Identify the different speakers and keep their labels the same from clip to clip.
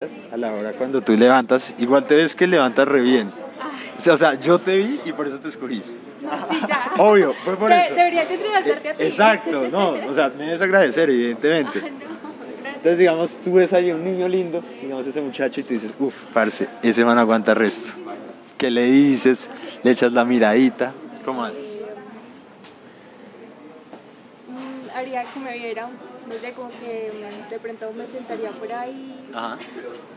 Speaker 1: levantas, a la hora cuando tú levantas, igual te ves que levantas re bien. O sea, o sea, yo te vi y por eso te escogí.
Speaker 2: Sí, ya.
Speaker 1: Obvio, fue Oh, por
Speaker 2: De-
Speaker 1: eso. Eh,
Speaker 2: Deberías entrevistarte a ti.
Speaker 1: Exacto, no, o sea, me debes agradecer, evidentemente.
Speaker 2: No, gracias.
Speaker 1: Entonces, digamos, tú ves ahí un niño lindo, digamos, ese muchacho, y tú dices, uff, parce, ese man aguanta resto. ¿Qué le dices? Le echas la miradita. ¿Cómo haces?
Speaker 2: Mm, Haría que me viera, no sé, como que mm, de pronto me sentaría por ahí
Speaker 1: Ajá.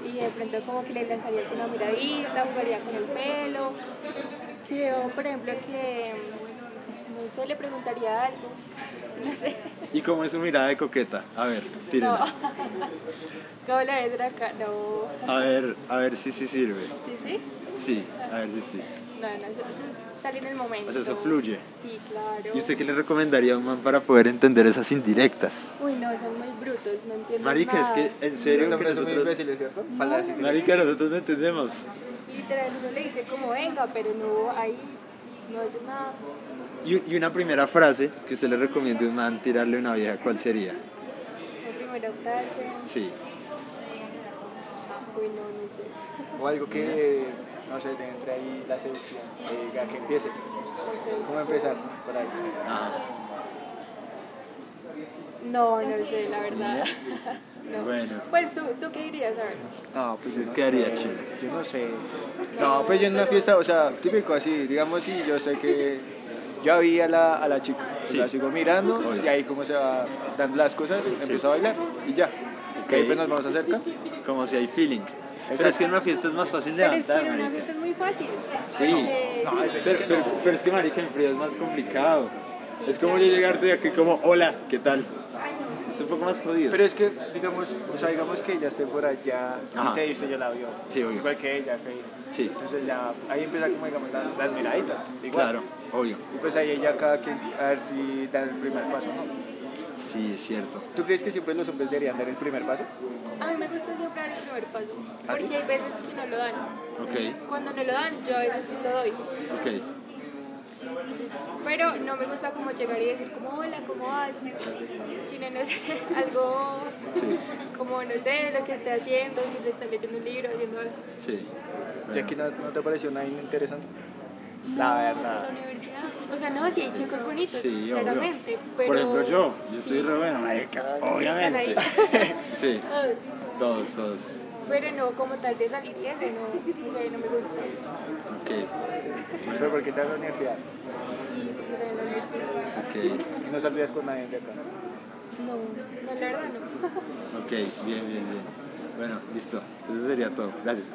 Speaker 2: y de pronto como que le lanzaría con una miradita, jugaría con el pelo. Si veo, por ejemplo, que, mm, no sé, le preguntaría algo, no sé.
Speaker 1: ¿Y cómo es su mirada de coqueta? A ver, tírenla.
Speaker 2: ¿Cómo la ves de acá? No.
Speaker 1: A ver, a ver si sí sirve.
Speaker 2: ¿Sí, sí?
Speaker 1: Sí, a ver si sí.
Speaker 2: No, no, eso, eso sale en el momento.
Speaker 1: O sea, eso fluye.
Speaker 2: Sí, claro.
Speaker 1: ¿Y usted qué le recomendaría a un man para poder entender esas indirectas?
Speaker 2: Uy, no, son muy brutos, no entiendo
Speaker 1: Marica, es
Speaker 2: nada.
Speaker 1: que en serio
Speaker 3: Los
Speaker 1: que
Speaker 3: hombres son muy
Speaker 1: nosotros...
Speaker 3: imbéciles, ¿cierto? Falacia.
Speaker 1: Marica, nosotros no entendemos.
Speaker 2: Literal, uno le dice como venga, pero no, ahí no hace nada.
Speaker 1: Y, y una primera frase que usted le recomienda a un man tirarle a una vieja, ¿cuál sería?
Speaker 2: La primera frase,
Speaker 1: Sí.
Speaker 2: uy, no, no sé.
Speaker 3: O algo que, no sé, te entre ahí la seducción, que diga que empiece.
Speaker 2: No, sé.
Speaker 3: ¿Cómo empezar? Por ahí.
Speaker 1: Ajá.
Speaker 2: no, no sé, la verdad. No.
Speaker 1: Bueno.
Speaker 2: Pues tú, ¿tú qué dirías? A ver.
Speaker 3: No, pues
Speaker 1: Sí,
Speaker 3: yo no
Speaker 1: ¿qué haría,
Speaker 3: sé,
Speaker 1: chino?
Speaker 3: Yo no sé. No, pues yo en una fiesta, o sea, típico así, digamos, si yo sé que yo vi a la, a la chica, pues
Speaker 1: Sí.
Speaker 3: la sigo mirando
Speaker 1: Obvio.
Speaker 3: y ahí como se va dando las cosas, empiezo a bailar y ya. Que ahí pues nos vamos acercando.
Speaker 1: Como si hay feeling. Pero
Speaker 3: Exacto.
Speaker 1: es que en una fiesta es más fácil
Speaker 2: Pero es que
Speaker 1: levantar,
Speaker 2: en una
Speaker 1: marica.
Speaker 2: fiesta es muy fácil.
Speaker 1: Sí.
Speaker 2: porque-
Speaker 1: Pero, pero- pero es que, marica, en frío es más complicado. Es como yo llegarte de aquí como, hola, ¿qué tal? Es un poco más jodido.
Speaker 3: Pero es que, digamos, o sea, digamos que ella esté por allá,
Speaker 1: Ajá.
Speaker 3: y usted, y usted ya la vio.
Speaker 1: Sí, obvio.
Speaker 3: Igual que ella, que
Speaker 1: Sí.
Speaker 3: Entonces ya, ahí empieza como, digamos, las, las miraditas. Igual.
Speaker 1: Claro, obvio.
Speaker 3: Y pues ahí ya cada quien, a ver si dan el primer paso o no.
Speaker 1: Sí, es cierto.
Speaker 3: ¿Tú crees que siempre los hombres deberían dar el primer paso?
Speaker 2: A mí me gusta siempre dar el primer paso, porque hay veces que no lo dan.
Speaker 1: Ok.
Speaker 2: Entonces, Cuando no lo dan, yo a veces lo doy.
Speaker 1: Ok.
Speaker 2: Pero no me gusta como llegar y decir como hola, ¿cómo vas? Sino, no sé, algo
Speaker 1: Sí,
Speaker 2: como, no sé, lo que esté haciendo, si le está leyendo un libro, haciendo algo.
Speaker 1: sí.
Speaker 3: ¿Y aquí no, no te pareció nada interesante? La
Speaker 2: En la
Speaker 3: verdad.
Speaker 2: universidad. O sea, no, sí hay chicos bonitos,
Speaker 1: Sí, obvio.
Speaker 2: claramente, pero...
Speaker 1: Por ejemplo, yo, yo estoy re bueno, marica,
Speaker 2: Todos están ahí.
Speaker 1: obviamente. Sí,
Speaker 2: Todos.
Speaker 1: todos, todos.
Speaker 2: pues, Pero no, como tal de salir y eso, no, o sea, no me gusta.
Speaker 1: Ok,
Speaker 3: Pero porque está en la universidad
Speaker 2: Sí, porque la universidad-
Speaker 1: ok,
Speaker 3: y no saldrías con nadie de acá.
Speaker 2: No, no, la verdad no.
Speaker 1: ok, bien, bien, bien. Bueno, listo. Entonces sería todo. Gracias.